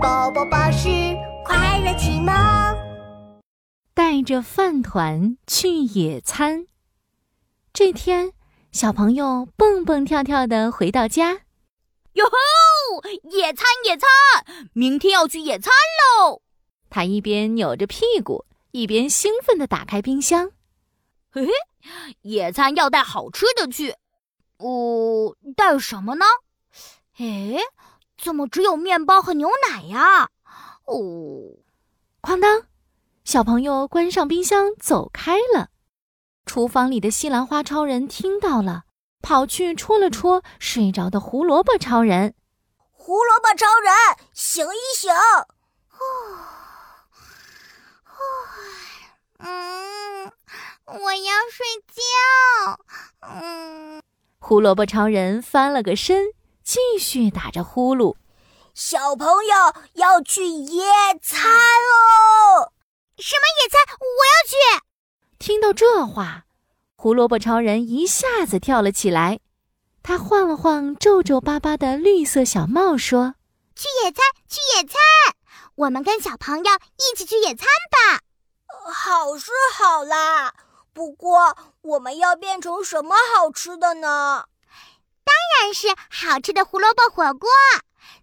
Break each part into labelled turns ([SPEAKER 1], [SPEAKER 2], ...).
[SPEAKER 1] 宝宝巴士快乐启蒙。
[SPEAKER 2] 带着饭团去野餐。这天，小朋友蹦蹦跳跳的回到家，
[SPEAKER 3] 哟吼！野餐野餐，明天要去野餐喽！
[SPEAKER 2] 他一边扭着屁股，一边兴奋的打开冰箱。
[SPEAKER 3] 嘿嘿，野餐要带好吃的去。哦，带什么呢？哎，怎么只有面包和牛奶呀？哦，
[SPEAKER 2] 哐当！小朋友关上冰箱，走开了。厨房里的西兰花超人听到了，跑去戳了戳睡着的胡萝卜超人。
[SPEAKER 4] 胡萝卜超人，醒一醒！
[SPEAKER 5] 哦嗯，我要睡觉。嗯，
[SPEAKER 2] 胡萝卜超人翻了个身，继续打着呼噜。
[SPEAKER 4] 小朋友要去野餐
[SPEAKER 5] 嗯
[SPEAKER 4] 喽！
[SPEAKER 5] 哦什么野餐？哦我要去！
[SPEAKER 2] 听到这话，胡萝卜超人一下子跳了起来。他晃了晃皱皱巴巴的绿色小帽，说
[SPEAKER 5] 去野餐，去野餐！我们跟小朋友一起去野餐吧。
[SPEAKER 4] 好是好啦，不过我们要变成什么好吃的呢？
[SPEAKER 5] 当然是好吃的胡萝卜火锅，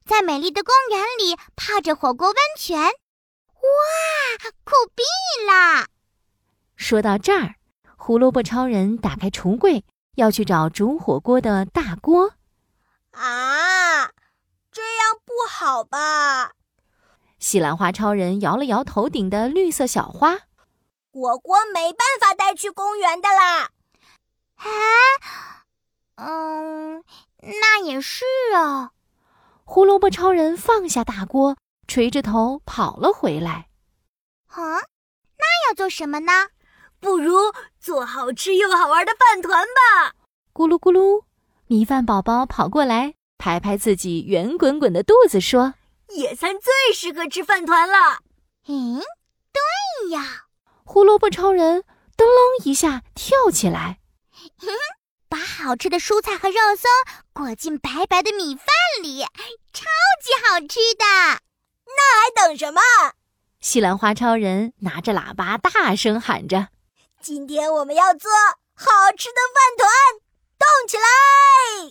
[SPEAKER 5] 在美丽的公园里泡着火锅温泉，哇，酷毙啦！
[SPEAKER 2] 说到这儿，胡萝卜超人打开橱柜，要去找煮火锅的大锅。
[SPEAKER 4] 啊，这样不好吧？
[SPEAKER 2] 西兰花超人摇了摇头顶的绿色小花，
[SPEAKER 4] 火锅没办法带去公园的啦。
[SPEAKER 5] 啊，嗯，那也是哦。
[SPEAKER 2] 胡萝卜超人放下大锅，垂着头跑了回来。
[SPEAKER 5] 啊，那要做什么呢？
[SPEAKER 4] 不如做好吃又好玩的饭团吧！
[SPEAKER 2] 咕噜咕噜，米饭宝宝跑过来，拍拍自己圆滚滚的肚子，说
[SPEAKER 4] 野餐最适合吃饭团了。
[SPEAKER 5] 嗯，对呀，：“
[SPEAKER 2] 胡萝卜超人！”噔楞一下跳起来。
[SPEAKER 5] 把好吃的蔬菜和肉松裹进白白的米饭里，超级好吃的。
[SPEAKER 4] 还等什么？
[SPEAKER 2] 西兰花超人拿着喇叭大声喊着
[SPEAKER 4] 今天我们要做好吃的饭团，动起来！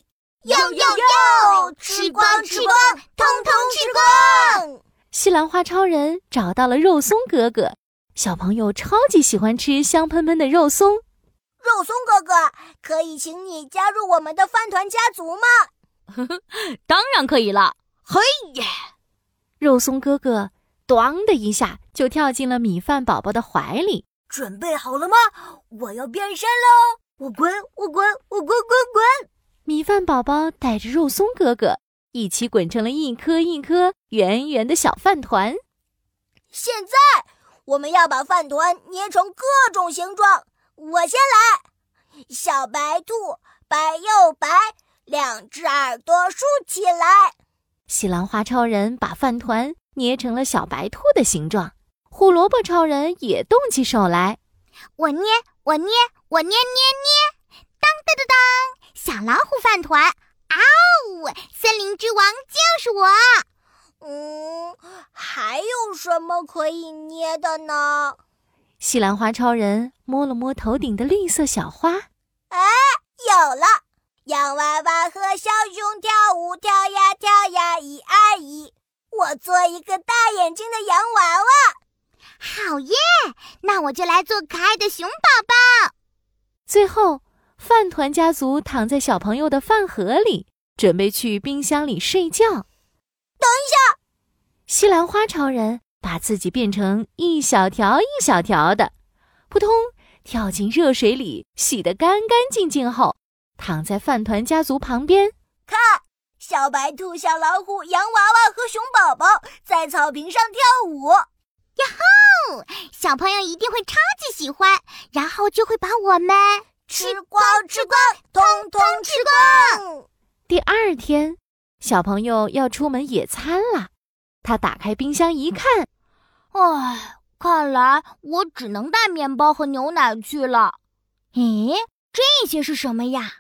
[SPEAKER 5] 哟哟哟吃光吃光
[SPEAKER 4] 通通吃光！：“
[SPEAKER 2] 西兰花超人找到了肉松哥哥。”小朋友超级喜欢吃香喷喷的肉松。
[SPEAKER 4] 肉松哥哥，可以请你加入我们的饭团家族吗？
[SPEAKER 3] 当然可以了。嘿耶！
[SPEAKER 2] 肉松哥哥“咣”的一下就跳进了米饭宝宝的怀里。
[SPEAKER 4] 准备好了吗？我要变身喽！我滚，我滚，我滚滚滚！
[SPEAKER 2] 米饭宝宝带着肉松哥哥一起滚成了一颗一颗圆圆的小饭团。
[SPEAKER 4] 现在我们要把饭团捏成各种形状。我先来，小白兔白又白，两只耳朵竖起来。
[SPEAKER 2] 西兰花超人把饭团捏成了小白兔的形状，胡萝卜超人也动起手来。
[SPEAKER 5] 我捏，我捏，我捏捏捏，当当当当，小老虎饭团，啊呜！森林之王就是我，
[SPEAKER 4] 嗯，还有什么可以捏的呢？
[SPEAKER 2] 西兰花超人摸了摸头顶的绿色小花，
[SPEAKER 4] 有了，洋娃娃和小熊跳舞，跳呀跳呀，一二一。我做一个大眼睛的洋娃娃。
[SPEAKER 5] 好耶！那我就来做可爱的熊宝宝。
[SPEAKER 2] 最后饭团家族躺在小朋友的饭盒里，准备去冰箱里睡觉。等一下，西兰花超人把自己变成一小条一小条的，扑通跳进热水里，洗得干干净净后，躺在饭团家族旁边。
[SPEAKER 4] 小白兔、小老虎、洋娃娃和熊宝宝在草坪上跳舞。
[SPEAKER 5] 小朋友一定会超级喜欢，然后就会把我们
[SPEAKER 4] 吃光吃光，通通吃光。
[SPEAKER 2] 第二天，小朋友要出门野餐啦。他打开冰箱一看，
[SPEAKER 3] 唉，看来我只能带面包和牛奶去了。咦，这些是什么呀？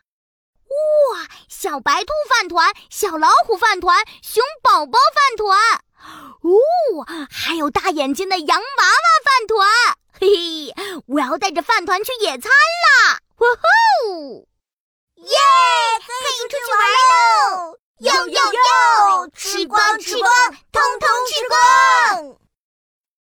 [SPEAKER 5] 小白兔饭团、小老虎饭团、熊宝宝饭团。哦还有大眼睛的洋娃娃饭团。嘿嘿，我要带着饭团去野餐啦！哇吼！
[SPEAKER 4] 耶！可以出去玩喽！
[SPEAKER 6] 哟
[SPEAKER 4] 哟哟！吃光吃光，通通吃光！